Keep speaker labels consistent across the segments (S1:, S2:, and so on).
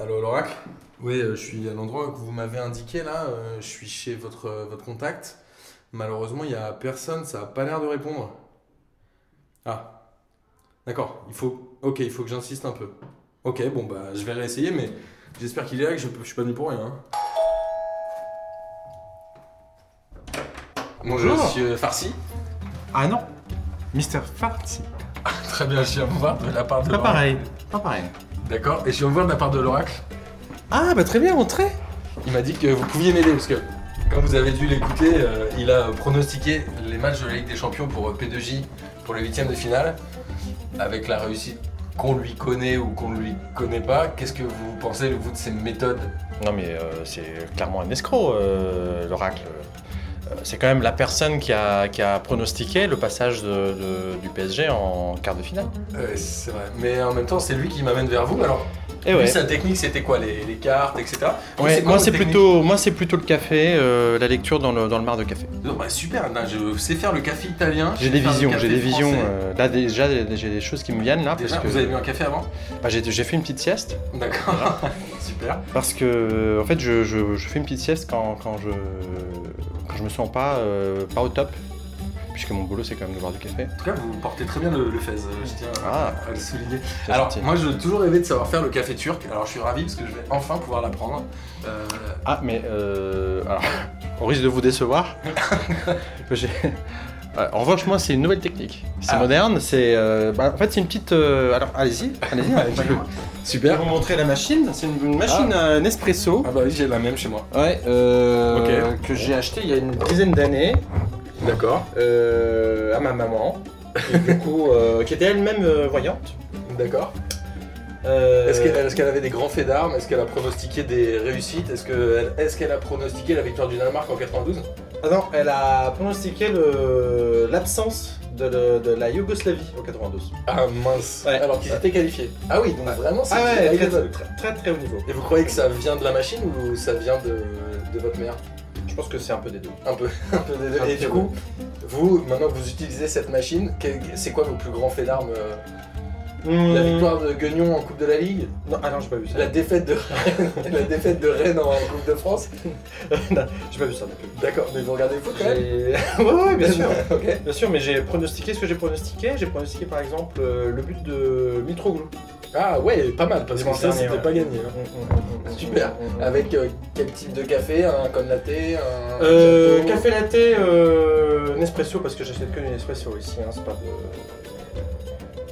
S1: Allô, l'oracle Oui, euh, je suis à l'endroit que vous m'avez indiqué là. euh, je suis chez votre, euh, votre contact. Malheureusement, il n'y a personne, ça n'a pas l'air de répondre. Ah. D'accord, il faut. Ok, il faut que j'insiste un peu. Ok, bon, bah, je vais réessayer, mais j'espère qu'il est là, que je ne suis pas venu pour rien. hein. Bonjour,
S2: Bonjour.
S1: monsieur Farsi.
S2: Ah non Mister Farty.
S1: Très bien, je viens vous voir de la part de
S2: Pas pareil. Pas pareil.
S1: D'accord, et je viens vous voir de la part de l'oracle.
S2: Ah bah très bien, entrez
S1: Il m'a dit que vous pouviez m'aider parce que, comme vous avez dû l'écouter, euh, il a pronostiqué les matchs de la Ligue des Champions pour euh, P2J pour les huitièmes de finale. Avec la réussite qu'on lui connaît ou qu'on lui connaît pas, qu'est-ce que vous pensez, vous, de ses méthodes
S3: Non mais euh, c'est clairement un escroc, euh, l'oracle. Euh, C'est quand même la personne qui a, qui a pronostiqué le passage de- de- du PSG en quart de finale.
S1: Euh, C'est vrai. Mais en même temps, c'est lui qui m'amène vers vous. Alors,
S3: Et
S1: lui,
S3: Eh ouais.
S1: sa technique, c'était quoi les, les cartes, etc. Vous,
S3: Ouais,
S1: quoi
S3: moi
S1: vos
S3: c'est
S1: techniques
S3: plutôt, moi c'est plutôt le café, euh, la lecture dans le, dans le mar de café.
S1: Non, bah, super, là, je sais faire le café italien. je
S3: J'ai
S1: sais
S3: des
S1: faire le
S3: visions,
S1: café
S3: j'ai des visions.
S1: français. Ah,
S3: euh, là déjà j'ai des choses qui me viennent là
S1: Déjà,
S3: parce que
S1: vous avez bu un café avant
S3: Bah, j'ai j'ai fait une petite sieste
S1: D'accord. super.
S3: parce que en fait je, je- je fais une petite sieste quand, quand je quand je me sens pas euh, pas au top puisque mon boulot c'est quand même de boire du café.
S1: En tout cas, vous portez très bien le, le fez, euh, je tiens à-
S3: Ah,
S1: à le souligner.
S3: c'est
S1: Alors,
S3: gentil.
S1: moi, je toujours rêvé de savoir faire le café turc. Alors, je suis ravi parce que je vais enfin pouvoir l'apprendre. Euh,
S3: Ah, mais euh, alors, on risque de vous décevoir. J'ai- Euh, En revanche, moi, c'est une nouvelle technique. C'est
S1: Ah.
S3: moderne, c'est. euh, bah, en fait, c'est une petite. euh, alors, allez-y, allez-y. allez-y. Je vais
S1: super.
S3: vous montrer la machine. C'est une, une machine à un espresso
S1: Ah bah oui, j'ai la même chez moi.
S3: ouais, euh, que j'ai acheté il y a une dizaine d'années
S1: D'accord.
S3: euh, à ma maman. Et du coup, euh, qui était elle-même euh, voyante.
S1: D'accord.
S3: Euh,
S1: Est-ce qu'elle est-ce qu'elle avait des grands faits d'armes Est-ce qu'elle a pronostiqué des réussites Est-ce qu'elle est qu'elle a pronostiqué la victoire du Danemark en 92
S3: ah non, elle a pronostiqué le- l'absence de, le- de la Yougoslavie en 92.
S1: Ah mince.
S3: Ouais.
S1: Alors qu'ils étaient qualifiés. Ah oui, donc vraiment, c'est
S3: Ah ouais,
S1: high
S3: très,
S1: level.
S3: très, très très haut niveau.
S1: Et vous croyez que ça vient de la machine ou ça vient de, de votre mère
S3: Je pense que c'est un peu des deux.
S1: Un peu. un peu des deux. Et du coup, vous, maintenant que vous utilisez cette machine, que- c'est quoi vos plus grands faits d'armes euh, La victoire de Guignon en Coupe de la Ligue
S3: Hmm. Non, ah non, j'ai pas vu ça.
S1: La défaite de Rennes, la défaite de Rennes en Coupe de France
S3: Non, j'ai pas vu ça non plus.
S1: D'accord, mais vous regardez le foot quand même
S3: J'ai- ouais, ouais, bien sûr.
S1: ok.
S3: Bien sûr, mais j'ai pronostiqué ce que j'ai pronostiqué. J'ai pronostiqué par exemple euh, le but de Mitroglou.
S1: Ah ouais, pas mal, parce que
S3: Dimanche
S1: ça,
S3: dernier,
S1: c'était
S3: ouais. Hmm,
S1: pas gagné. hein. Super. Avec euh, quel type de café Un con latte Un
S3: Euh,
S1: gâteau
S3: café latte, euh, Nespresso, parce que j'achète que du Nespresso ici, hein, c'est pas de.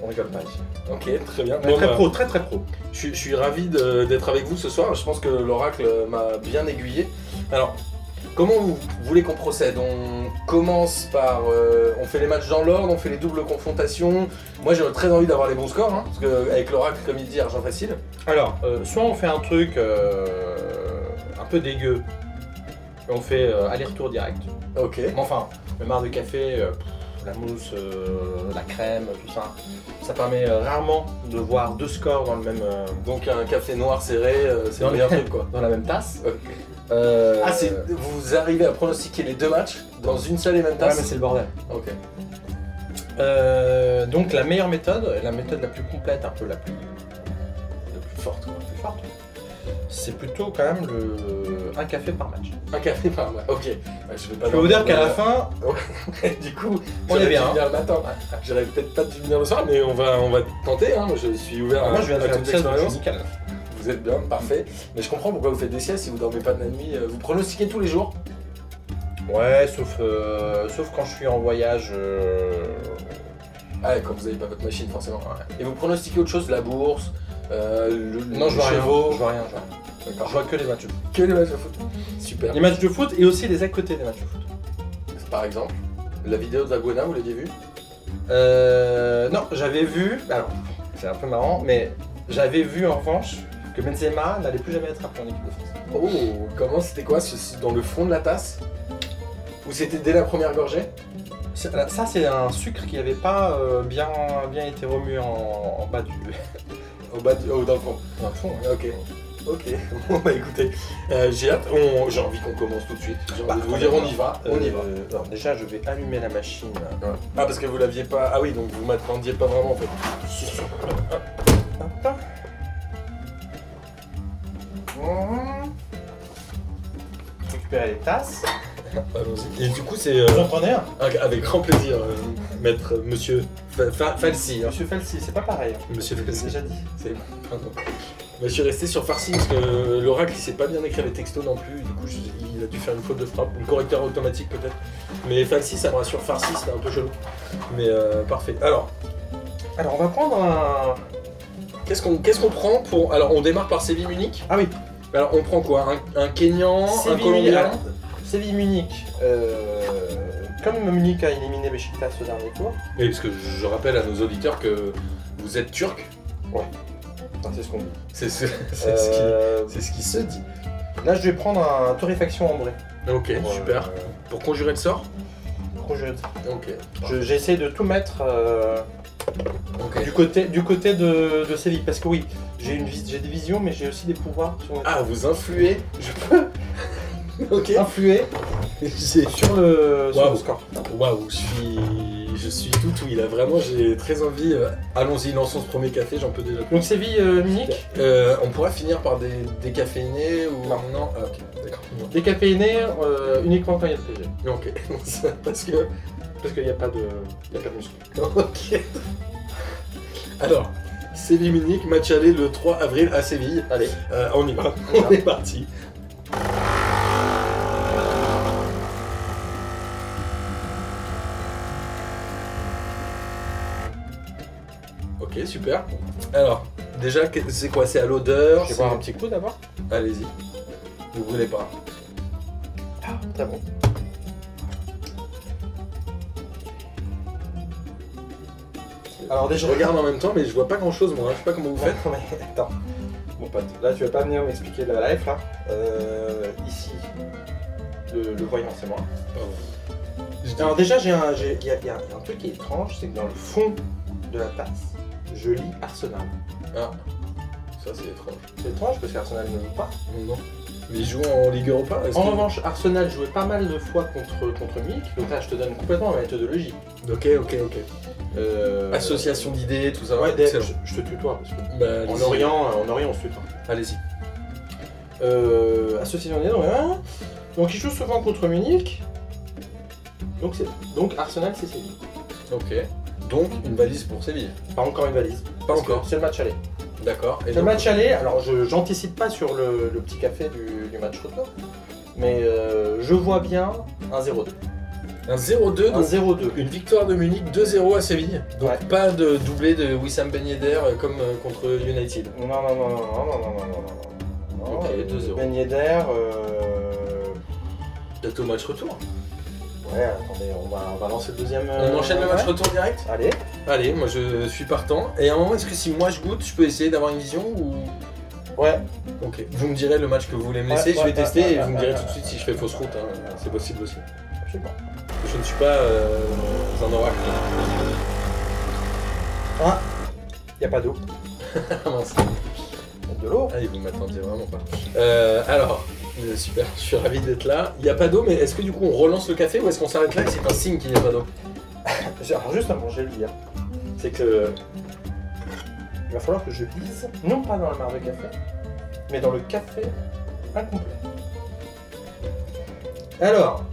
S3: On rigole pas ici.
S1: Ok, très bien.
S3: Mais
S1: Bon,
S3: très
S1: bah,
S3: pro, très très pro.
S1: Je suis, je suis ravi de- d'être avec vous ce soir. Je pense que l'oracle m'a bien aiguillé. Alors, comment vous voulez qu'on procède On commence par. euh, on fait les matchs dans l'ordre, on fait les doubles confrontations. Moi, j'ai très envie d'avoir les bons scores, hein, parce qu'avec l'oracle, comme il dit, argent facile.
S3: Alors, euh, soit on fait un truc euh, un peu dégueu, et on fait euh, aller-retour direct.
S1: Ok.
S3: Mais Enfin, le mar de café, euh, pff, la mousse, euh, la crème, tout ça, ça permet euh, rarement de voir deux scores dans, le même, euh,
S1: Donc, un café noir serré, euh, c'est le
S3: Dans
S1: meilleur
S3: les-
S1: truc, quoi.
S3: dans la même tasse.
S1: Ok.
S3: Euh,
S1: Ah, c'est- vous arrivez à pronostiquer les deux matchs dans une seule et même
S3: Ouais,
S1: tasse
S3: mais c'est le bordel.
S1: Ok.
S3: Euh, donc la meilleure méthode, et la méthode la plus complète, un peu la plus, la plus forte, quoi, la plus forte, c'est plutôt quand même le, un café par match.
S1: Un café par mois. Ok. Ouais, Je vais pas
S3: Je peux vous
S1: leur-
S3: dire qu'à la fin,
S1: du coup,
S3: On
S1: j'aurais
S3: est bien,
S1: dû venir
S3: hein.
S1: le matin. J'aurais peut-être pas dû venir le soir, mais on va, on va tenter. hein. Je suis ouvert à,
S3: Ah, moi je viens de
S1: à
S3: faire une
S1: toute
S3: sieste, donc c'est
S1: expérience.
S3: nickel.
S1: Vous êtes bien, parfait. Mais je comprends pourquoi vous faites des siestes si vous dormez pas de la nuit. Euh, Vous pronostiquez tous les jours
S3: Ouais, sauf, euh, sauf quand je suis en voyage. euh,
S1: Ah, quand vous avez pas votre machine, forcément. Et vous pronostiquez autre chose La bourse euh, le,
S3: Non, je vois rien.
S1: chevaux.
S3: Je vois rien. Je vois, rien.
S1: D'accord.
S3: Je vois que les matchs de foot.
S1: que les matchs de foot. Super.
S3: Les matchs de foot et aussi les à côté des matchs de foot.
S1: Par exemple, la vidéo de Zaguena, vous l'aviez vue
S3: Euh, non, j'avais vu. Alors, c'est un peu marrant, mais j'avais vu en revanche que Benzema n'allait plus jamais être appelé en équipe de France.
S1: Oh, comment c'était quoi ce- ce- Dans le fond de la tasse Ou c'était dès la première gorgée
S3: C'est- alors, Ça, c'est un sucre qui n'avait pas euh, bien, bien été remué en, en bas du.
S1: Au bas du- au- dans le fond.
S3: Dans le fond, hein. ouais.
S1: Ok. Ok, bon bah écoutez, euh, j'ai hâte, on- j'ai envie qu'on commence tout de suite. J'ai envie
S3: Bah,
S1: de vous dire on y va, on y va.
S3: Euh, alors, déjà, je vais allumer la machine.
S1: Ah parce que vous l'aviez pas. Ah oui donc vous m'attendiez pas vraiment en fait.
S3: Hop. Récupérer les tasses.
S1: Allons-y. Et du coup, c'est. euh,
S3: Vous en prenez un
S1: avec avec grand plaisir, euh, maître euh, monsieur Fa- Fa- Falsi. hein.
S3: Monsieur Falsi, c'est pas pareil.
S1: Monsieur
S3: Je l'ai
S1: Falsi.
S3: déjà dit.
S1: C'est pardon. Bah, je suis resté sur Farsi parce que l'oracle il sait pas bien écrire les textos non plus. Du coup, je- il a dû faire une faute de frappe, ou le correcteur automatique peut-être. Mais Falsi, ça me rassure. Farsi, c'était un peu chelou. Mais euh, parfait. Alors,
S3: Alors, on va prendre un.
S1: qu'est-ce qu'on qu'est-ce qu'on prend pour. Alors, on démarre par Séville Munich.
S3: Ah oui.
S1: Alors, on prend quoi un, un Kenyan, un
S3: Séville-
S1: Colombien
S3: alors, Séville Munich. euh, comme Munich a éliminé Besiktas au dernier tour,
S1: Oui, parce que je rappelle à nos auditeurs que vous êtes turc.
S3: enfin, c'est ce qu'on dit.
S1: C'est ce, c'est ce qui-
S3: Euh,
S1: c'est ce qui se dit.
S3: Là, je vais prendre un torréfaction ambrée.
S1: Ok,
S3: Pour,
S1: super.
S3: euh,
S1: Pour conjurer le sort
S3: pour jeter.
S1: Ok.
S3: Je- J'essaie de tout mettre euh,
S1: Ok.
S3: du côté, du côté de, de Séville. Parce que oui, j'ai une vis- j'ai des visions, mais j'ai aussi des pouvoirs sur
S1: Ah, vous influez
S3: Je peux
S1: Ok.
S3: influer
S1: J'ai-
S3: sur le, sur
S1: Waouh.
S3: le score.
S1: Waouh, je suis... Je suis tout ouïe là, vraiment j'ai très envie. euh, Allons-y, lançons ce premier café, j'en peux déjà plus.
S3: Donc Séville euh, Munich,
S1: Euh, on pourra finir par des décaféinés ou...
S3: Non.
S1: ah, ok, d'accord.
S3: décaféiné euh, uniquement quand il y a le PG.
S1: Non. Ok, Ça, parce que...
S3: Parce qu'il n'y a pas de. Il y a pas de muscle.
S1: Ok. Alors, Séville Munich, match aller le 3 avril à Séville.
S3: Allez.
S1: Euh, on y va, on est parti. Ok, super. Alors, déjà, que- c'est quoi C'est à l'odeur
S3: Je vais
S1: c'est-
S3: boire un petit coup d'abord.
S1: Allez-y. Vous voulez pas.
S3: Ah, très bon. Alors
S1: Je
S3: déjà,
S1: regarde en même temps, mais je vois pas grand-chose, moi. Je sais pas comment vous
S3: Vous
S1: faites.
S3: faites- mais attends, mon pote, là tu vas pas venir m'expliquer la life là. Euh, ici, le, le voyant c'est moi. Oh. Alors déjà j'ai un, j'ai- y a, y a un truc qui est étrange, c'est que dans le fond de la tasse, je lis Arsenal.
S1: Ah, ça c'est étrange.
S3: C'est étrange parce qu'Arsenal ne joue pas.
S1: Non. Mais ils jouent en Ligue Europa est-ce
S3: En
S1: que-
S3: revanche, Arsenal jouait pas mal de fois contre contre Munich, donc là je te donne complètement ma méthodologie.
S1: Ok, ok, ok.
S3: Euh,
S1: Association d'idées, tout ça.
S3: Ouais, Dave,
S1: excellent.
S3: je, je te tutoie parce que
S1: Bah,
S3: en
S1: allez-y.
S3: Orient, euh, en Orient on se tutoie.
S1: Allez-y.
S3: euh, Association des Noirs. Donc ils jouent souvent contre Munich. Donc, c'est... Donc Arsenal c'est Séville.
S1: Ok. Donc une valise pour Séville.
S3: Pas encore une valise.
S1: Pas
S3: Parce
S1: encore.
S3: que C'est le match aller.
S1: D'accord. Et
S3: C'est le
S1: donc-
S3: match aller. Alors je, j'anticipe pas sur le, le petit café du, du match retour. Mais euh, je vois bien un 0-2.
S1: Un 0-2,
S3: Un
S1: donc
S3: 0-2.
S1: une victoire de Munich 2-0 à Séville. Donc
S3: Ouais.
S1: pas de doublé de Wissam Ben Yedder euh, comme euh, contre United.
S3: Non, non, non, non, non, non, non, non, non, non, non.
S1: Ok,
S3: Euh,
S1: 2-0.
S3: Ben Yedder, euh,
S1: Peut-être au match retour.
S3: Ouais, attendez, on va, on va lancer le deuxième. euh,
S1: On enchaîne le match retour direct
S3: Allez.
S1: Allez, moi je suis partant. Et à un moment, est-ce que si moi je goûte, je peux essayer d'avoir une vision ou.
S3: Ouais,
S1: Ok. Vous me direz le match que vous voulez me
S3: Ouais,
S1: laisser,
S3: ouais,
S1: je vais
S3: ouais,
S1: tester
S3: ouais,
S1: et vous me
S3: ouais,
S1: direz
S3: ouais,
S1: tout de suite si je fais fausse route. hein. C'est possible aussi.
S3: absolument.
S1: Je ne suis pas euh, un oracle.
S3: Y a pas d'eau.
S1: Ah, mince.
S3: De l'eau.
S1: Ah, et vous m'attendiez vraiment pas. Euh, alors, euh, super, je suis ravi d'être là. Il n'y a pas d'eau, mais est-ce que du coup on relance le café ou est-ce qu'on s'arrête là et c'est un signe qu'il n'y a pas d'eau
S3: J'ai- Alors juste avant, je vais le dire. C'est
S1: euh,
S3: que il va falloir que je lise, non pas dans la mare de café, mais dans le café incomplet. Alors,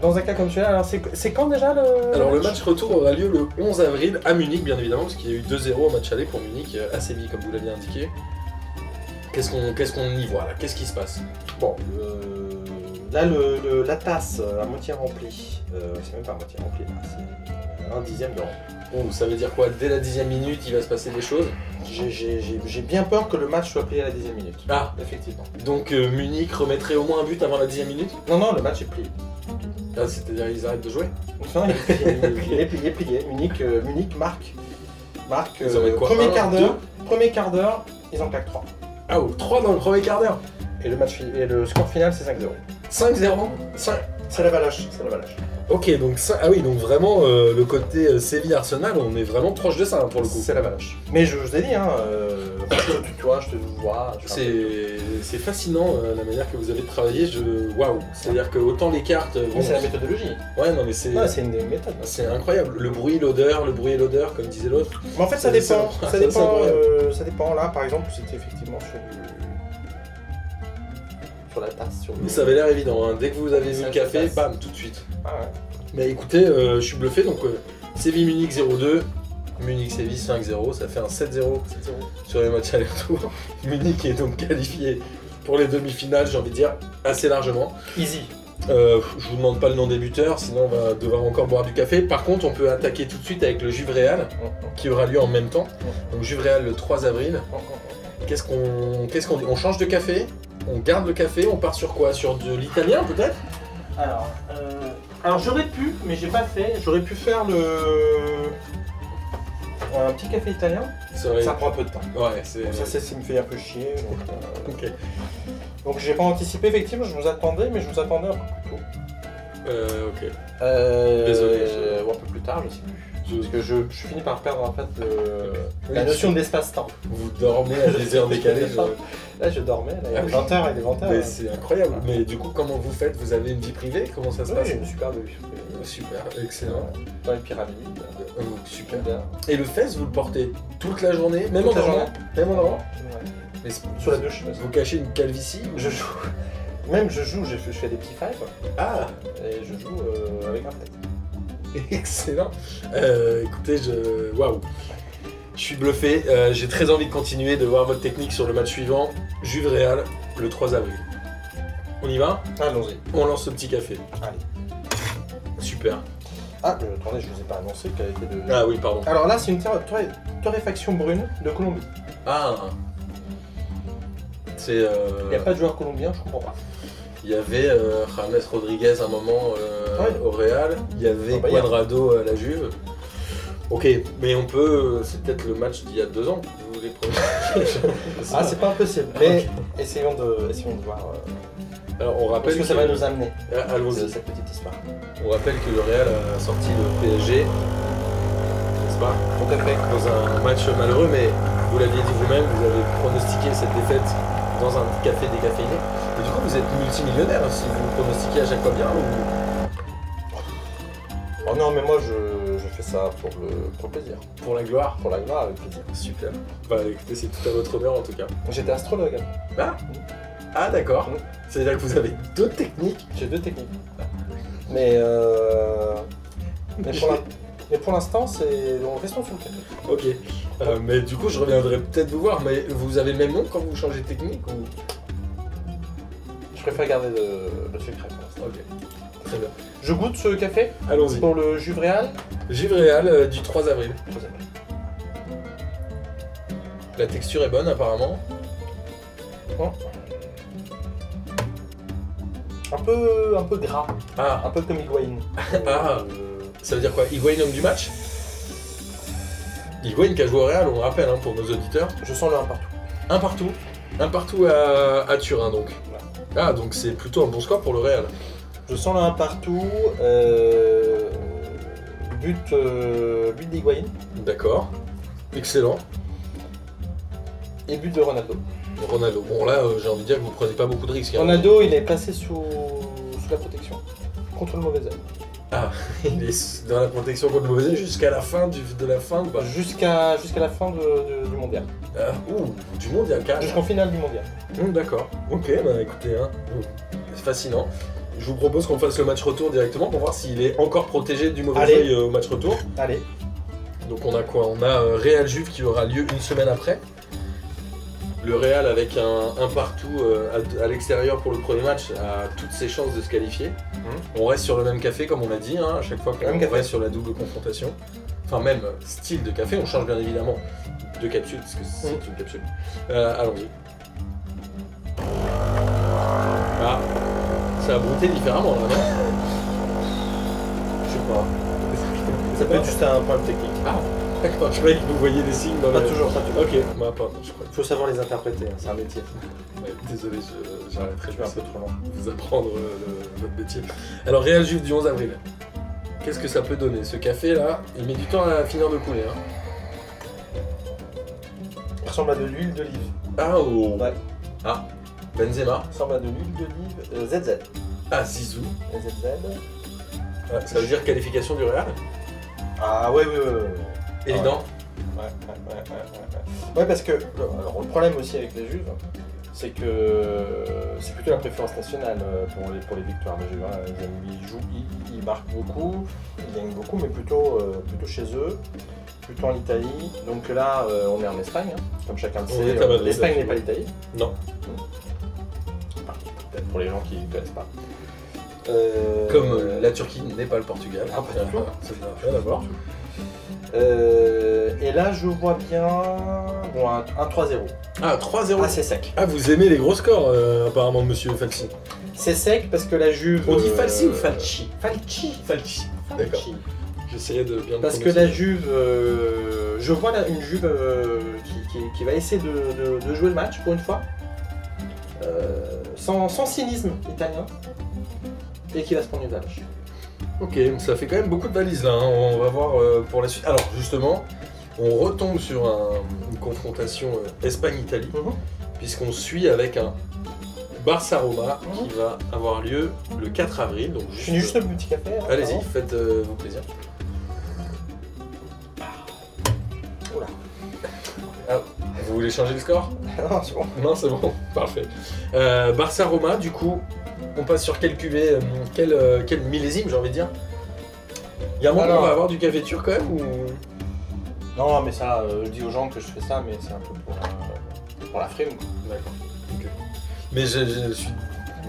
S3: dans un cas comme celui-là, alors c'est c'est quand déjà le
S1: Alors, le match retour aura lieu le 11 avril à Munich, bien évidemment, parce qu'il y a eu 2-0 au match aller pour Munich euh, à Séville, comme vous l'aviez indiqué. Qu'est-ce qu'on qu'est-ce qu'on y voit là Qu'est-ce qui se passe
S3: Bon, le- là le, le- la tasse euh, à moitié remplie, euh, c'est même pas à moitié remplie, là, c'est un dixième de remplie.
S1: Bon, ça veut dire quoi Dès la dixième minute, il va se passer des choses.
S3: J'ai- J'ai j'ai- j'ai bien peur que le match soit plié à la dixième minute.
S1: Ah,
S3: Effectivement.
S1: donc euh, Munich remettrait au moins un but avant la dixième minute
S3: Non, non, le match est plié.
S1: Ah, C'est-à-dire ils arrêtent de jouer
S3: Enfin, il est plié, il est plié, plié. Munich, euh, Munich marque. marque
S1: Ils
S3: euh,
S1: en mettent quoi,
S3: premier
S1: un,
S3: quart d'heure. Premier quart d'heure, ils en claquent 3.
S1: Ah, ou 3 dans le premier quart d'heure
S3: Et le, match, fi- et le score final, c'est 5-0.
S1: 5-0 5
S3: C'est la valage. C'est la valage.
S1: Ok, donc ça, ah oui, donc vraiment euh, le côté euh, Séville-Arsenal, on est vraiment proche de ça hein, pour le coup.
S3: C'est la valage. Mais je, je vous ai dit, hein, euh, je te tutoie, je te vois. je fais un peu-
S1: C'est c'est fascinant euh, la manière que vous avez travaillé, je... waouh! C'est-à-dire que autant les cartes. euh, bon,
S3: Mais c'est la méthodologie.
S1: Ouais, non, mais c'est.
S3: Ouais, c'est une des méthodes.
S1: C'est incroyable, le bruit, l'odeur, le bruit et l'odeur, comme disait l'autre.
S3: Mais en fait, ça
S1: C'est-
S3: dépend.
S1: c'est-
S3: Ça,
S1: c'est
S3: dépend
S1: incroyable.
S3: euh, ça dépend. Là, par exemple, c'était effectivement sur du, sur la tasse. Sur le...
S1: Ça avait l'air évident, hein. dès que vous avez
S3: Ça,
S1: vu le
S3: je
S1: café,
S3: passe.
S1: bam, tout de suite.
S3: Ah ouais.
S1: Bah écoutez, euh, je suis bluffé, donc euh, Séville Munich 0-2, Munich Séville 5-0, ça fait un 7-0
S3: c'est zéro.
S1: sur les matchs aller-retour. Munich est donc qualifié pour les demi-finales, j'ai envie de dire, assez largement.
S3: Easy.
S1: Euh, je vous demande pas le nom des buteurs, sinon on va devoir encore boire du café. Par contre, on peut attaquer tout de suite avec le Juve Real, qui aura lieu en même temps. Donc Juve Real le 3 avril. Qu'est-ce qu'on, qu'est-ce qu'on dit On change de café On garde le café On part sur quoi Sur de l'italien peut-être
S3: Alors, euh, alors j'aurais pu, mais j'ai pas fait. J'aurais pu faire le un petit café italien.
S1: Ça aurait-
S3: Ça prend un peu de temps.
S1: Ouais, c'est.
S3: Donc ça, c'est ce qui me fait un peu chier. Donc, euh,
S1: Ok.
S3: donc j'ai pas anticipé effectivement. Je vous attendais, mais je vous attendais un peu plus tôt.
S1: Euh, ok.
S3: Euh,
S1: Désolé.
S3: Ou un peu plus tard, je sais plus. Parce que je, je finis par perdre en fait le-
S1: Oui,
S3: la
S1: tu-
S3: notion d'espace-temps.
S1: Vous dormez à des heures décalées. je-
S3: Là, je dormais, là, il
S1: Ah oui.
S3: est 20h, il est 20h.
S1: Mais c'est incroyable. Mais du coup, comment vous faites Vous avez une vie privée Comment ça se passe Euh,
S3: j'ai une superbe vue.
S1: Super, excellent.
S3: Dans les pyramides.
S1: Euh, super.
S3: Bien.
S1: Et le fesse, vous le portez toute la journée, même
S3: Toute
S1: en
S3: la
S1: dormant.
S3: journée.
S1: Même en dormant.
S3: Ouais.
S1: Mais c'est-
S3: Sur la douche. parce que
S1: Vous cachez une calvitie ou-
S3: Je joue. Même je joue, je, je fais des petits fives
S1: Ah,
S3: et je joue euh, avec un tête.
S1: excellent. Euh, écoutez, je waouh. Je suis bluffé. Euh, J'ai très envie de continuer de voir votre technique sur le match suivant, Juve Real, le 3 avril. On y va
S3: Ah, Allons-y.
S1: On lance ce petit café.
S3: Allez.
S1: Super.
S3: Ah, euh, attendez, je vous ai pas annoncé qu'elle était de.
S1: Ah oui, pardon.
S3: Alors là, c'est une terre- torré- torréfaction brune de Colombie.
S1: Ah. C'est.
S3: Il
S1: euh,
S3: n'y a pas de joueur colombien, je comprends pas.
S1: Il y avait euh, James Rodriguez à un moment euh,
S3: Ouais.
S1: au Real, il y avait
S3: Ah bah,
S1: Quadrado à la Juve. Ok, mais on peut. euh, C'est peut-être le match d'il y a deux ans. Vous voulez prendre
S3: Ah, c'est pas impossible. Mais essayons, de, essayons de voir euh,
S1: Alors on
S3: où est-ce
S1: rappelle
S3: que
S1: que,
S3: ça va nous amener, euh,
S1: Ah, allons-y.
S3: cette cette petite histoire.
S1: On rappelle que le Real a sorti le PSG, n'est-ce pas
S3: Tout à fait.
S1: Dans un match malheureux, mais vous l'aviez dit vous-même, vous avez pronostiqué cette défaite dans un café décaféiné. Et du coup, vous êtes multimillionnaire si vous pronostiquez à chaque fois bien. ou-
S3: Oh non, mais moi, je, je fais ça pour le, pour le plaisir.
S1: Pour la gloire.
S3: Pour la gloire, avec plaisir.
S1: Super. Bah écoutez, c'est tout à votre honneur en tout cas.
S3: J'étais astrologue. hein.
S1: Ah d'accord.
S3: Oui.
S1: C'est-à-dire que vous avez deux techniques.
S3: J'ai deux techniques. Mais, euh, mais pour la- mais pour l'instant, c'est on restons sous le café.
S1: Ok. Euh, mais du coup, je reviendrai peut-être vous voir. Mais vous avez le même nom quand vous changez de technique ou
S3: Je préfère garder le, le secret pour l'instant.
S1: Ok. Très bien.
S3: Je goûte ce café
S1: Allons-y.
S3: pour le Juve Real.
S1: Givre Real euh, du 3 avril.
S3: Je sais pas.
S1: La texture est bonne apparemment.
S3: Un peu, un peu gras,
S1: Ah.
S3: un peu comme Higuain.
S1: Ah.
S3: Euh,
S1: Ça veut dire quoi Higuain homme du match Higuain qui a joué au Real, on le rappelle hein, pour nos auditeurs.
S3: je sens le 1 partout.
S1: Un partout. Un partout à, à Turin donc. Ah donc c'est plutôt un bon score pour le Real.
S3: Je sens le 1 partout. euh, but euh, but d'Higuain
S1: D'accord. Excellent.
S3: et but de Ronaldo.
S1: Ronaldo. Bon là euh, j'ai envie de dire que vous prenez pas beaucoup de risques. hein.
S3: Ronaldo, il est placé sous, sous la protection contre le mauvais œil.
S1: Il est dans la protection contre le mauvais œil jusqu'à la fin du- de la fin ou pas
S3: Jusqu'à jusqu'à la fin de- de- du mondial.
S1: Ah, Ouh, du mondial carrément.
S3: Jusqu'en finale du mondial.
S1: Hum, D'accord. Ok, bah écoutez, hein, hum, c'est fascinant. Je vous propose qu'on fasse le match retour directement pour voir s'il est encore protégé du mauvais
S3: Allez.
S1: œil euh, au match retour.
S3: Allez.
S1: Donc on a quoi On a euh, Real Juve qui aura lieu une semaine après. Le Real avec un, un partout euh, à, à l'extérieur pour le premier match a toutes ses chances de se qualifier. On reste sur le même café comme on l'a dit, hein, à chaque fois
S3: Le
S1: qu'on
S3: même café.
S1: reste sur la double confrontation. Enfin même euh, style de café, on change bien évidemment de capsule parce que c'est une capsule. Euh, Allons-y. Ah, ça a brouté différemment là, non Je sais pas.
S3: Ça peut être juste un problème technique.
S1: D'accord, je croyais que vous voyez des signes dans
S3: Pas
S1: le-
S3: toujours, pas toujours.
S1: Ok, bah pardon, je crois.
S3: Faut savoir les interpréter, hein, c'est un métier.
S1: Ouais, désolé, je- j'arrêterai
S3: Je
S1: de
S3: vais un peu trop loin.
S1: vous apprendre euh, le- votre métier. Alors, Real Juve du 11 avril. Qu'est-ce que ça peut donner Ce café là, il met du temps à finir de couler. Hein.
S3: Il ressemble à de l'huile d'olive.
S1: Ah, oh
S3: Ouais.
S1: Ah, Benzema.
S3: Il ressemble à de l'huile d'olive euh, ZZ.
S1: Ah, Zizou.
S3: ZZ.
S1: Ah, ça veut dire qualification du Real
S3: Ah ouais, ouais, ouais. ouais.
S1: Évident.
S3: Ah Ouais, ouais, ouais, ouais, ouais, ouais. Ouais, parce que, alors, le problème aussi avec les juves, c'est que c'est plutôt la préférence nationale euh, pour les, pour les victoires de jeu. hein. Ils, aiment- ils jouent- ils- ils marquent beaucoup, ils gagnent beaucoup, mais plutôt, euh, plutôt chez eux, plutôt en Italie. Donc là, euh, on est en Espagne, hein. comme chacun le
S4: On
S3: sait.
S4: est à
S3: euh,
S4: Madrid,
S3: L'Espagne n'est
S4: absolument.
S3: pas l'Italie.
S4: Non.
S3: Enfin, Peut-être pour les gens qui ne connaissent pas. Euh,
S1: Comme euh, la Turquie n'est pas le Portugal.
S3: Ah, pas du tout.
S1: Ça n'a rien
S4: Rien
S1: à
S4: à
S1: voir.
S4: voir.
S3: euh, et là, je vois bien bon, un, un 3-0.
S1: Ah, 3-0.
S3: Ah, c'est sec.
S4: Ah, vous aimez les gros scores, euh, apparemment, monsieur Falci.
S3: C'est sec parce que la Juve.
S1: On dit
S3: euh,
S1: Falci ou Falci
S3: Falci.
S4: Falci. D'accord.
S3: Falci.
S4: J'essayais de bien le
S3: Parce que
S4: prononcer.
S3: la Juve, euh, je vois là une Juve euh, qui, qui- qui va essayer de, de- de jouer le match pour une fois, Euh, sans, sans cynisme italien, et qui va se prendre une vache.
S1: Ok, donc ça fait quand même beaucoup de valises là. hein. On va voir euh, pour la suite. Alors justement, on retombe sur un- une confrontation euh, Espagne-Italie,
S3: Mhm.
S1: puisqu'on suit avec un Barça-Roma
S3: Mhm.
S1: qui va avoir lieu le 4 avril. Donc
S3: Je finis juste le petit café. hein,
S1: Allez-y,
S3: pardon.
S1: faites euh, vos plaisirs.
S3: Oula.
S1: Ah, vous voulez changer le score
S3: Non, c'est bon.
S1: Non, c'est bon, parfait. Euh, Barça-Roma, du coup, on passe sur quel cuvée, euh, quel, euh, quel millésime, j'ai envie de dire Il y a un moment où
S3: Alors-
S1: on va avoir du café turc quand même ou...
S3: Non, mais ça, euh, je dis aux gens que je fais ça, mais c'est un peu pour, euh, pour la frime. quoi.
S1: D'accord. ok. Mais je, je suis.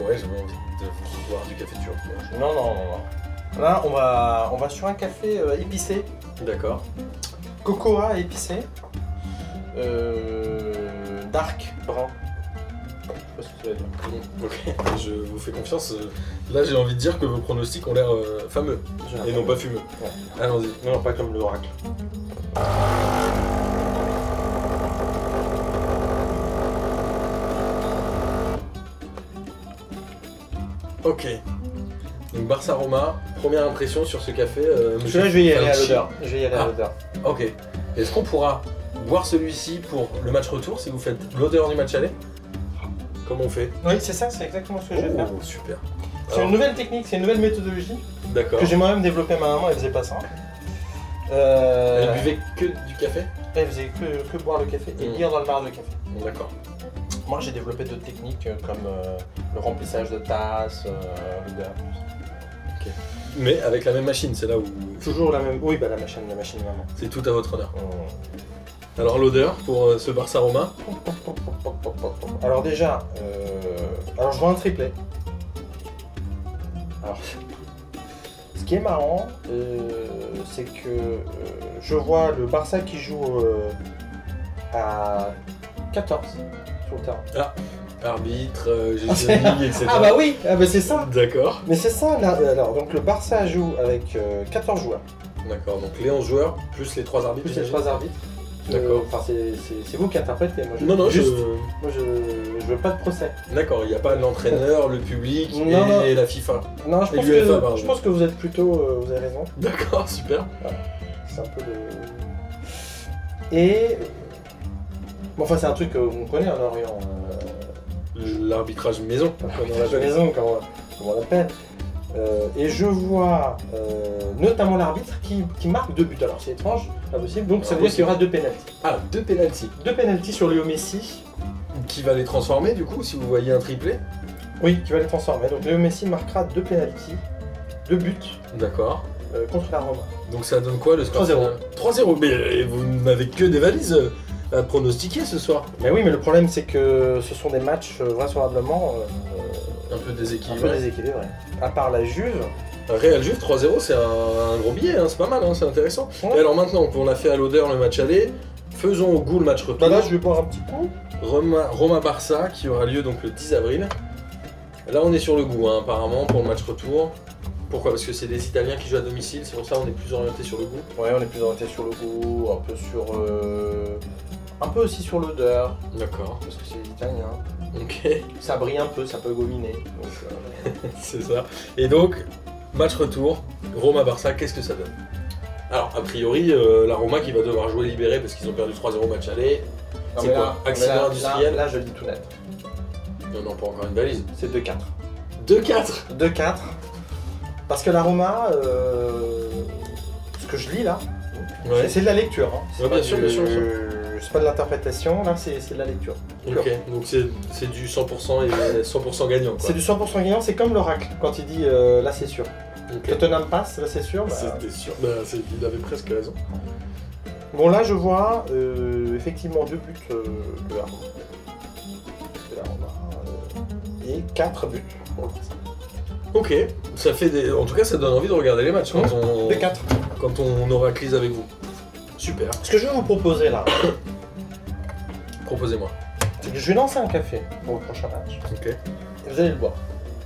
S1: Ouais, j'avais envie de boire du café turc. moi.
S3: Non, non, non, non. Là, on va, on va sur un café euh, épicé,
S1: D'accord.
S3: cocoa épicé, euh, dark brun. Je sais pas ce que ça veut dire.
S1: Ok, je vous fais confiance. euh, Là, j'ai envie de dire que vos pronostics ont l'air euh, fameux et non pas fumeux. Allons-y.
S3: Non, non, pas comme l'oracle.
S1: Ok. Donc Barça Roma, première impression sur ce café. euh, monsieur
S3: Celui-là, je vais y aller à
S1: Falchi.
S3: l'odeur. Je vais y aller à
S1: Ah.
S3: l'odeur.
S1: Ok. Est-ce qu'on pourra boire celui-ci pour le match retour si vous faites l'odeur du match aller Comment on fait
S3: Oui, c'est ça, c'est exactement ce que je vais faire.
S1: Oh, super.
S3: C'est
S1: Alors,
S3: une nouvelle technique, c'est une nouvelle méthodologie
S1: D'accord.
S3: que j'ai moi-même développée à ma maman, elle faisait pas ça. Euh,
S1: Elle buvait que du café
S3: elle faisait que, que boire le café et
S1: Mm.
S3: lire dans le bar de café.
S1: D'accord.
S3: Moi, j'ai développé d'autres techniques euh, comme euh, le remplissage de tasses, euh, l'odeur.
S1: Mais avec la même machine, c'est là où
S3: Toujours la même. Oui, bah la machine, la machine maman.
S1: c'est tout à votre honneur.
S3: On-
S1: Alors l'odeur pour euh, ce Barça Roma
S3: Alors déjà, euh, alors je vois un triplé. Alors, ce qui est marrant, euh, c'est que euh, je vois le Barça qui joue euh, à 14 sur le terrain.
S1: Arbitre, euh, gestionning, etc.
S3: Ah bah oui, ah bah c'est ça.
S1: D'accord.
S3: Mais c'est ça. là, euh, alors donc le Barça joue avec euh, 14 joueurs,
S1: D'accord. Donc les 11 joueurs plus les 3 arbitres.
S3: plus les
S1: j'imagine.
S3: trois arbitres.
S1: D'accord.
S3: Euh, Enfin c'est- c'est c'est vous qui interprétez. Moi, je,
S1: Non, non,
S3: juste.
S1: je...
S3: Moi je, je veux pas de procès.
S1: D'accord, il n'y a pas l'entraîneur, le public
S3: Non,
S1: et
S3: non.
S1: la FIFA.
S3: Non, je
S1: Et
S3: pense,
S1: l'UEFA,
S3: que,
S1: pardon.
S3: je pense que vous êtes plutôt, euh, vous avez raison.
S1: D'accord, super.
S3: C'est un peu le. Et. euh, Bon, enfin, c'est un truc qu'on connaît hein, euh, en Orient.
S1: L'arbitrage maison, comme on
S3: la
S1: l'appelle.
S3: maison, comme on, comme on l'appelle. Euh, et je vois euh, notamment l'arbitre qui, qui marque deux buts. Alors, c'est étrange, pas possible. Donc, ça veut dire qu'il y aura deux pénalties.
S1: Ah, deux pénalties.
S3: Deux pénalties sur Léo Messi.
S1: Qui va les transformer du coup si vous voyez un triplé
S3: Oui, qui va les transformer. Donc, Léo Messi marquera deux pénalties, deux buts
S1: D'accord.
S3: euh, contre la Roma.
S1: Donc ça donne quoi le score
S3: 3-0.
S1: final 3-0. Mais euh, vous n'avez que des valises euh, à pronostiquer ce soir.
S3: Mais oui, mais le problème, c'est que ce sont des matchs euh, vraisemblablement
S1: Un peu
S3: euh, un peu
S1: déséquilibré.
S3: déséquilibrés. À part la Juve.
S1: Real Juve 3-0, c'est un, un gros billet, hein, c'est pas mal, hein, c'est intéressant. Et alors maintenant qu'on a fait à l'odeur le match aller, faisons au goût le match retour.
S3: Bah là, je vais boire un petit coup.
S1: Roma, Roma Barça qui aura lieu donc le 10 avril. Là on est sur le goût hein, apparemment pour le match retour. Pourquoi Parce que c'est des Italiens qui jouent à domicile, c'est pour ça on est plus orienté sur le goût.
S3: Ouais, on est plus orienté sur le goût, un peu sur. euh, Un peu aussi sur l'odeur,
S1: D'accord.
S3: parce que c'est italien.
S1: Ok,
S3: Ça brille un peu, ça peut gominer. donc, euh,
S1: c'est ça. Et donc, match retour, Roma Barça, qu'est-ce que ça donne Alors a priori euh, la Roma qui va devoir jouer libérée parce qu'ils ont perdu 3-0 au match aller.
S3: non,
S1: C'est
S3: mais
S1: quoi,
S3: là-
S1: accident
S3: là-
S1: industriel
S3: Là, là, je le dis tout net.
S1: Non non pas encore une valise.
S3: C'est 2-4.
S1: 2-4
S3: 2-4. Parce que la Roma, euh, ce que je lis là, c'est- c'est de la lecture. hein. C'est
S1: Ouais,
S3: pas
S1: bien sûr, bien sûr, bien
S3: du- c'est pas de l'interprétation, là c'est c'est de la lecture. Pure.
S1: Ok, donc c'est c'est du 100% et 100% gagnant quoi.
S3: C'est du 100% gagnant, c'est comme l'oracle quand il dit euh, là c'est sûr.
S1: Ok.
S3: Tottenham passe, là c'est sûr. bah,
S1: C'était sûr. Bah, c'est- il avait presque raison.
S3: Bon là je vois euh, effectivement deux buts euh, de la de la Roma, euh, et quatre buts.
S1: Ok, ça fait des... en tout cas ça donne envie de regarder les matchs quand on,
S3: De quatre.
S1: quand on aura crise avec vous. Super,
S3: Ce que je vais vous proposer là,
S1: proposez-moi.
S3: c'est que je vais lancer un café pour le prochain match.
S1: Ok.
S3: Et vous allez le boire.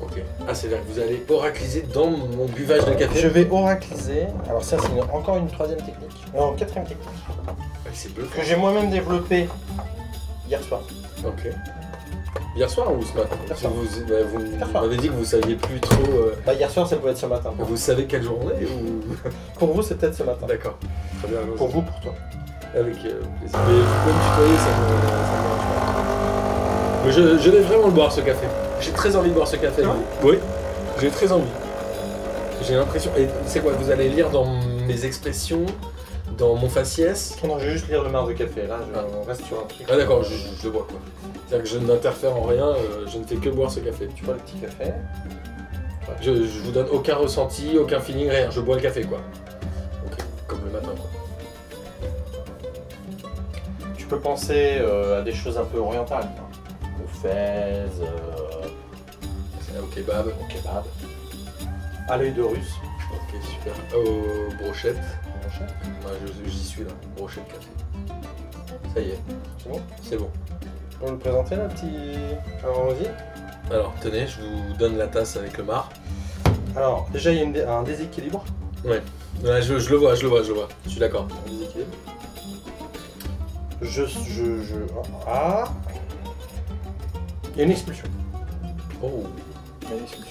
S1: Ok. Ah, c'est-à-dire que vous allez oracliser dans mon buvage de
S3: Je
S1: café.
S3: vais oracliser. Alors ça c'est une- encore une troisième technique. Non, quatrième technique.
S1: Ah, c'est bluffant.
S3: Que j'ai moi-même développée hier soir.
S1: Ok. Hier soir ou ce matin
S3: Hier soir.
S1: Vous, bah, vous
S3: Hier soir.
S1: m'avez dit que vous saviez plus trop. euh,
S3: Bah hier soir ça pouvait être ce matin.
S1: vous savez quelle journée ou...
S3: Pour vous c'est peut-être ce matin.
S1: D'accord. Très bien. alors,
S3: Pour vous, pour toi.
S1: Avec euh, plaisir. Mais vous pouvez me tutoyer, ça me, ça me dérange pas. Mais je, je vais vraiment le boire ce café. J'ai très envie de boire ce café.
S3: Ah
S1: oui, j'ai très envie. J'ai l'impression. Et c'est quoi Vous allez lire dans mes expressions, dans mon faciès
S3: Non, je vais juste lire le marre de café. Là, je... on reste sur un truc.
S1: Ah d'accord, je, je- je le bois quoi. C'est-à-dire que je n'interfère en rien, euh, je ne fais que boire ce café.
S3: Tu vois le petit café.
S1: Je, je vous donne aucun ressenti, aucun feeling, rien. Je bois le café quoi. Ok, comme le matin quoi.
S3: Tu peux penser euh, à des choses un peu orientales. hein. Aux fez, euh,
S1: C'est- Au kebab,
S3: au kebab. À l'œil de russe.
S1: ok super. Au brochette. Ouais, je- j'y suis là, brochette café. Ça y est.
S3: C'est bon
S1: C'est bon.
S3: On le présenter là, petit. Alors, vas-y.
S1: Alors tenez, je vous donne la tasse avec le mar.
S3: Alors, déjà, il y a une dé- un déséquilibre.
S1: Ouais, je, je le vois, je le vois, je le vois. Je suis d'accord.
S3: Un déséquilibre. Je. je, je... Ah Il y a une expulsion.
S1: Oh.
S3: Il y a une expulsion.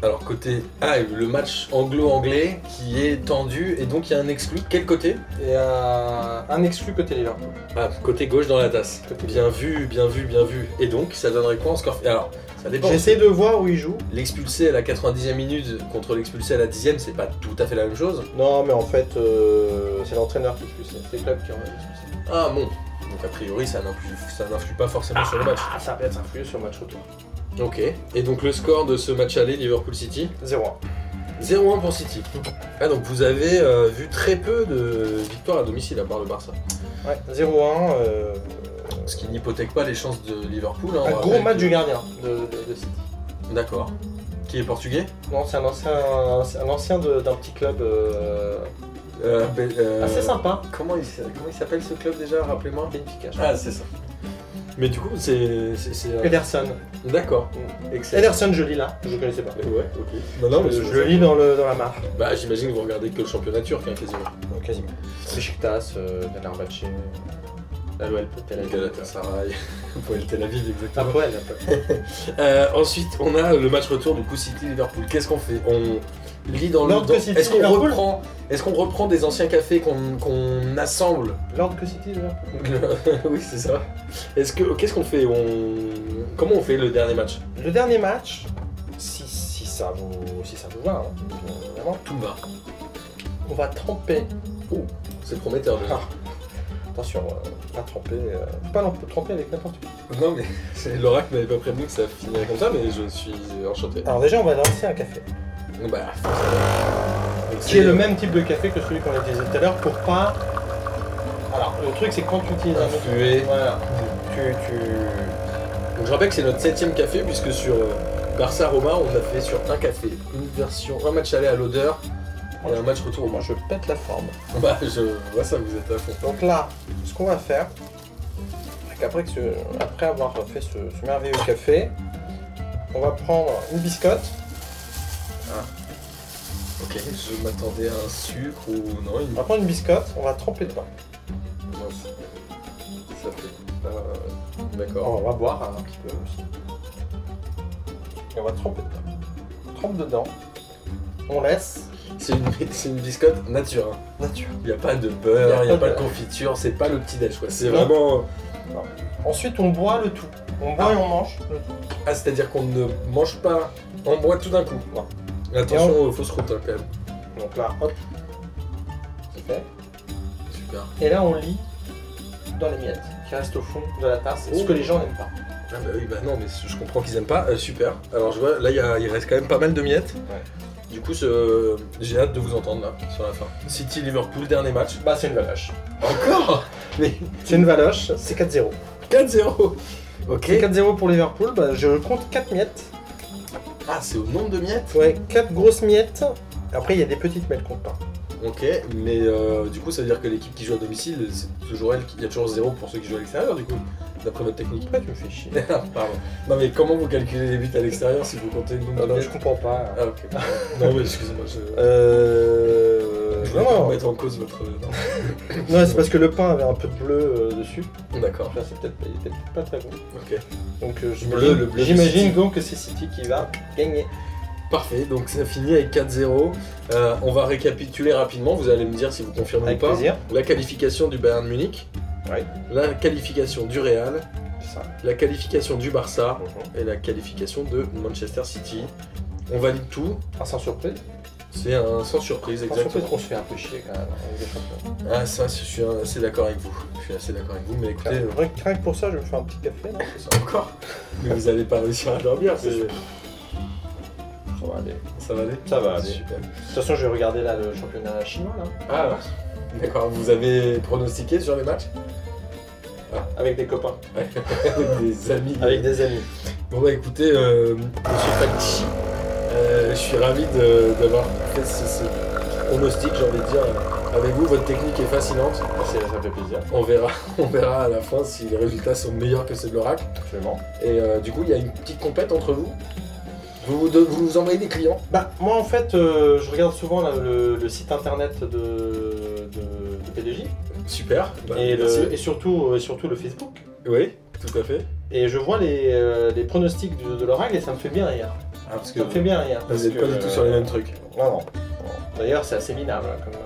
S1: Alors côté ah le match anglo-anglais qui est tendu et donc il y a un exclu. Quel côté
S3: Et un, un exclu côté Liverpool.
S1: Ah, côté gauche dans la tasse.
S3: Côté
S1: Bien vu, bien vu, bien vu. Et donc, ça donnerait quoi en score Alors, ça dépend.
S3: J'essaie de voir où il joue.
S1: L'expulsé à la 90e minute contre l'expulsé à la 10e, c'est pas tout à fait la même chose.
S3: Non, mais en fait, euh, c'est l'entraîneur qui expulse. C'est le club qui en expulse.
S1: Ah bon. Donc a priori, ça n'influe, ça n'influe pas forcément sur le match.
S3: Ah, ça va être influé sur le match retour.
S1: Ok. Et donc le score de ce match aller Liverpool City
S3: 0-1.
S1: 0-1 pour City. Ah donc vous avez euh, vu très peu de victoires à domicile à part le Barça.
S3: Ouais, 0-1. euh,
S1: Ce qui n'hypothèque pas les chances de Liverpool. hein, on
S3: un
S1: rappelle
S3: gros match
S1: que-
S3: du gardien de, de- de City.
S1: D'accord. Qui est portugais
S3: Non, c'est un ancien, c'est un ancien de- d'un petit club euh,
S1: Euh, ben, euh,
S3: assez sympa.
S1: Comment il, s- comment il s'appelle ce club déjà Rappelez-moi.
S3: Benfica. je
S1: Ah, c'est ça. Mais du coup, c'est. c'est- c'est,
S3: crois.
S1: euh,
S3: Ederson.
S1: D'accord. Excellent.
S3: Ederson, je lis là. Je connaissais pas.
S1: Eh Ouais, ok. Non, non, mais
S3: je,
S1: je,
S3: je le lis dans, le, dans la marche.
S1: Bah, j'imagine que vous regardez que le championnat turc, hein, quasiment.
S3: quasiment. Besiktas, euh, Fenerbahçe,
S1: Ah
S3: la LOL, Tel Aviv.
S1: Galatasaray. Pour le Tel Aviv,
S3: Ah,
S1: exactement.
S3: Poel, la Poel.
S1: Euh, ensuite, on a le match retour du coup City-Liverpool. Qu'est-ce qu'on fait On lit dans le.
S3: Lord
S1: dans-
S3: de City,
S1: Est-ce qu'on
S3: Liverpool
S1: reprend Est-ce qu'on reprend des anciens cafés qu'on qu'on assemble
S3: Lord que City, déjà
S1: Oui, c'est ça. Est-ce que qu'est-ce qu'on fait On comment on fait le dernier match
S3: Le dernier match, si, si, ça, vous, si ça vous va, hein, bien évidemment,
S1: Tout va.
S3: on va tremper.
S1: C'est prometteur. déjà.
S3: Ah. Attention, euh, pas tremper. euh, faut pas non plus tremper avec n'importe qui.
S1: Non mais c'est- l'oracle m'avait pas prévenu que ça finirait comme ça, mais je suis enchanté.
S3: Alors déjà, on va lancer un café.
S1: Bah,
S3: Qui est le même type de café que celui qu'on a utilisé tout à l'heure pour pas. Alors, le truc, c'est que quand tu utilises un autre.
S1: Influé.
S3: Voilà. Tu. tu...
S1: Donc je rappelle que c'est notre septième café puisque sur euh, Barça Roma on a fait sur un café une version, un match aller à l'odeur et un match retour au
S3: Moi,
S1: match.
S3: je pète la forme.
S1: Bah je vois ça, vous êtes à fond.
S3: Donc là, ce qu'on va faire, c'est qu'après que ce- après avoir fait ce, ce merveilleux café, on va prendre une biscotte.
S1: Ok. Ah. Je m'attendais à un sucre ou non une
S3: On va prendre une biscotte, on va tremper dedans.
S1: mince. Ça fait pas. euh, D'accord.
S3: Euh, On va boire un petit peu aussi. Et on va tremper dedans. On trempe dedans. On laisse.
S1: C'est une, c'est une biscotte nature. hein.
S3: Nature.
S1: Il n'y a pas de beurre, il n'y a, pas de
S3: beurre.
S1: confiture, c'est pas le petit déj quoi. C'est
S3: Non.
S1: vraiment.
S3: Ensuite, on boit le tout. On boit et on mange le tout.
S1: Ah, c'est-à-dire qu'on ne mange pas, on boit tout d'un coup.
S3: Non.
S1: Attention aux fausses routes hein, quand même.
S3: Donc là, hop. C'est fait.
S1: Super.
S3: Et là, on lit dans les miettes qui restent au fond de la tasse, ce que les gens n'aiment pas.
S1: Ah bah oui, bah non, mais je comprends qu'ils aiment pas. Euh, super. Alors je vois, là, il y a- il reste quand même pas mal de miettes. Du coup, ce- j'ai hâte de vous entendre là, sur la fin. City Liverpool, dernier match.
S3: Bah, c'est une valoche.
S1: Encore
S3: C'est une valoche, c'est 4-0.
S1: 4-0 Ok.
S3: C'est 4-0 pour Liverpool, bah, je compte 4 miettes.
S1: Ah, c'est au nombre de miettes
S3: Ouais, 4 grosses miettes. Après, il y a des petites, mais elles comptent pas.
S1: Ok, mais euh, du coup, ça veut dire que l'équipe qui joue à domicile, c'est toujours elle qui. Il y a toujours 0 pour ceux qui jouent à l'extérieur, du coup, d'après votre technique.
S3: Pourquoi tu me fais chier
S1: Pardon. Non, mais comment vous calculez les buts à l'extérieur si vous comptez le nombre
S3: Ah
S1: de
S3: non,
S1: miettes
S3: je comprends pas.
S1: Ah, ok. non, mais excusez-moi, je.
S3: Euh.
S1: je voulais pas
S3: Non, non,
S1: mettre en cause votre. euh, Non.
S3: non, c'est parce que le pain avait un peu de bleu euh, dessus.
S1: D'accord,
S3: Enfin, c'est peut-être il était peut-être pas très bon.
S1: ok.
S3: Donc, euh, j'imagine-
S1: Bleu, le bleu de City.
S3: j'imagine donc que c'est City qui va gagner.
S1: Parfait, donc ça finit avec 4-0. Euh, on va récapituler rapidement, vous allez me dire si vous confirmez
S3: Avec
S1: ou pas.
S3: plaisir.
S1: La qualification du Bayern Munich,
S3: Ouais.
S1: la qualification du Real,
S3: C'est ça.
S1: la qualification du
S3: Ah,
S1: Barça et la qualification de Manchester City. On valide tout,
S3: Ah, sans surprise.
S1: c'est un sans surprise
S3: Sans surprise
S1: exactement.
S3: qu'on se fait un peu chier quand même. hein, avec des champions.
S1: Ah ça, je suis assez d'accord avec vous. Je suis assez d'accord avec vous, mais écoutez, euh,
S3: Rien que- rien que pour ça, je vais me faire un petit café. là.
S1: c'est ça encore. mais vous allez pas réussir à dormir, c'est-
S3: Ça va aller.
S1: ça va aller
S3: Ça va aller.
S1: Super.
S3: De toute façon, je vais regarder là le championnat chinois là.
S1: Ah, d'accord, vous avez pronostiqué sur les matchs
S3: Avec des copains.
S1: avec des amis.
S3: Avec des amis.
S1: Bon bah écoutez, euh, monsieur Falchi, euh, je suis ravi de- d'avoir fait ce, ce pronostic, j'ai envie de dire, euh, avec vous. Votre technique est fascinante.
S3: Euh, C'est- Ça fait plaisir.
S1: On verra, on verra à la fin si les résultats sont meilleurs que ceux de l'oracle.
S3: Absolument.
S1: Et euh, du coup, il y a une petite compète entre vous. Vous vous, de- vous vous envoyez des clients.
S3: Bah, moi en fait, euh, je regarde souvent là, le, le site internet de, de, de PDJ
S1: Super. bah,
S3: et,
S1: merci.
S3: le- et surtout, euh, surtout le Facebook.
S1: Oui, tout à fait.
S3: Et je vois les, euh, les pronostics de, de l'oracle et ça me fait bien rire.
S1: Ah, parce que
S3: Ça me fait bien rire. euh,
S1: vous n'êtes pas du tout sur les mêmes trucs.
S3: Non, non. D'ailleurs, c'est assez minable. hein, Comme, euh,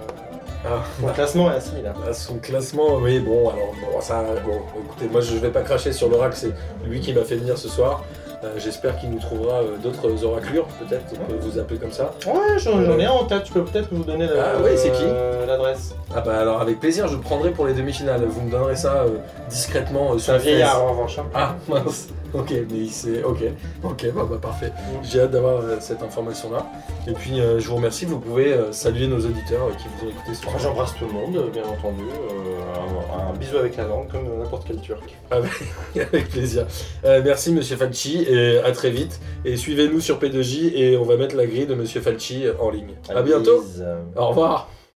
S1: Ah.
S3: le classement est assez minable.
S1: À son classement, oui, bon, alors, bon, ça, bon, écoutez, moi je vais pas cracher sur l'oracle, c'est lui qui m'a fait venir ce soir. Euh, J'espère qu'il nous trouvera euh, d'autres oraclures, peut-être, on peut vous appeler comme ça.
S3: Ouais, j'en j'en ai un en tête. Je peux peut-être vous donner la-
S1: Ah ouais, c'est qui
S3: euh, l'adresse.
S1: Ah bah alors, avec plaisir, je le prendrai pour les demi-finales. Vous me donnerez ça euh, discrètement euh,
S3: C'est
S1: sur
S3: un
S1: le
S3: vieillard
S1: Face.
S3: en revanche. hein.
S1: Ah mince, ok, mais il sait, ok, ok, bah, bah, parfait. J'ai hâte d'avoir euh, cette information-là. Et puis, euh, je vous remercie, vous pouvez euh, saluer nos auditeurs euh, qui vous ont écouté ce soir.
S3: Enfin, Ah, J'embrasse tout le monde, bien entendu. euh, un, un bisou avec la langue, comme n'importe quel turc.
S1: Avec plaisir. Euh, merci Monsieur Falchi et à très vite. Et suivez-nous sur P2J et on va mettre la grille de Monsieur Falchi en ligne. À bientôt.
S3: Bisous.
S1: Au revoir.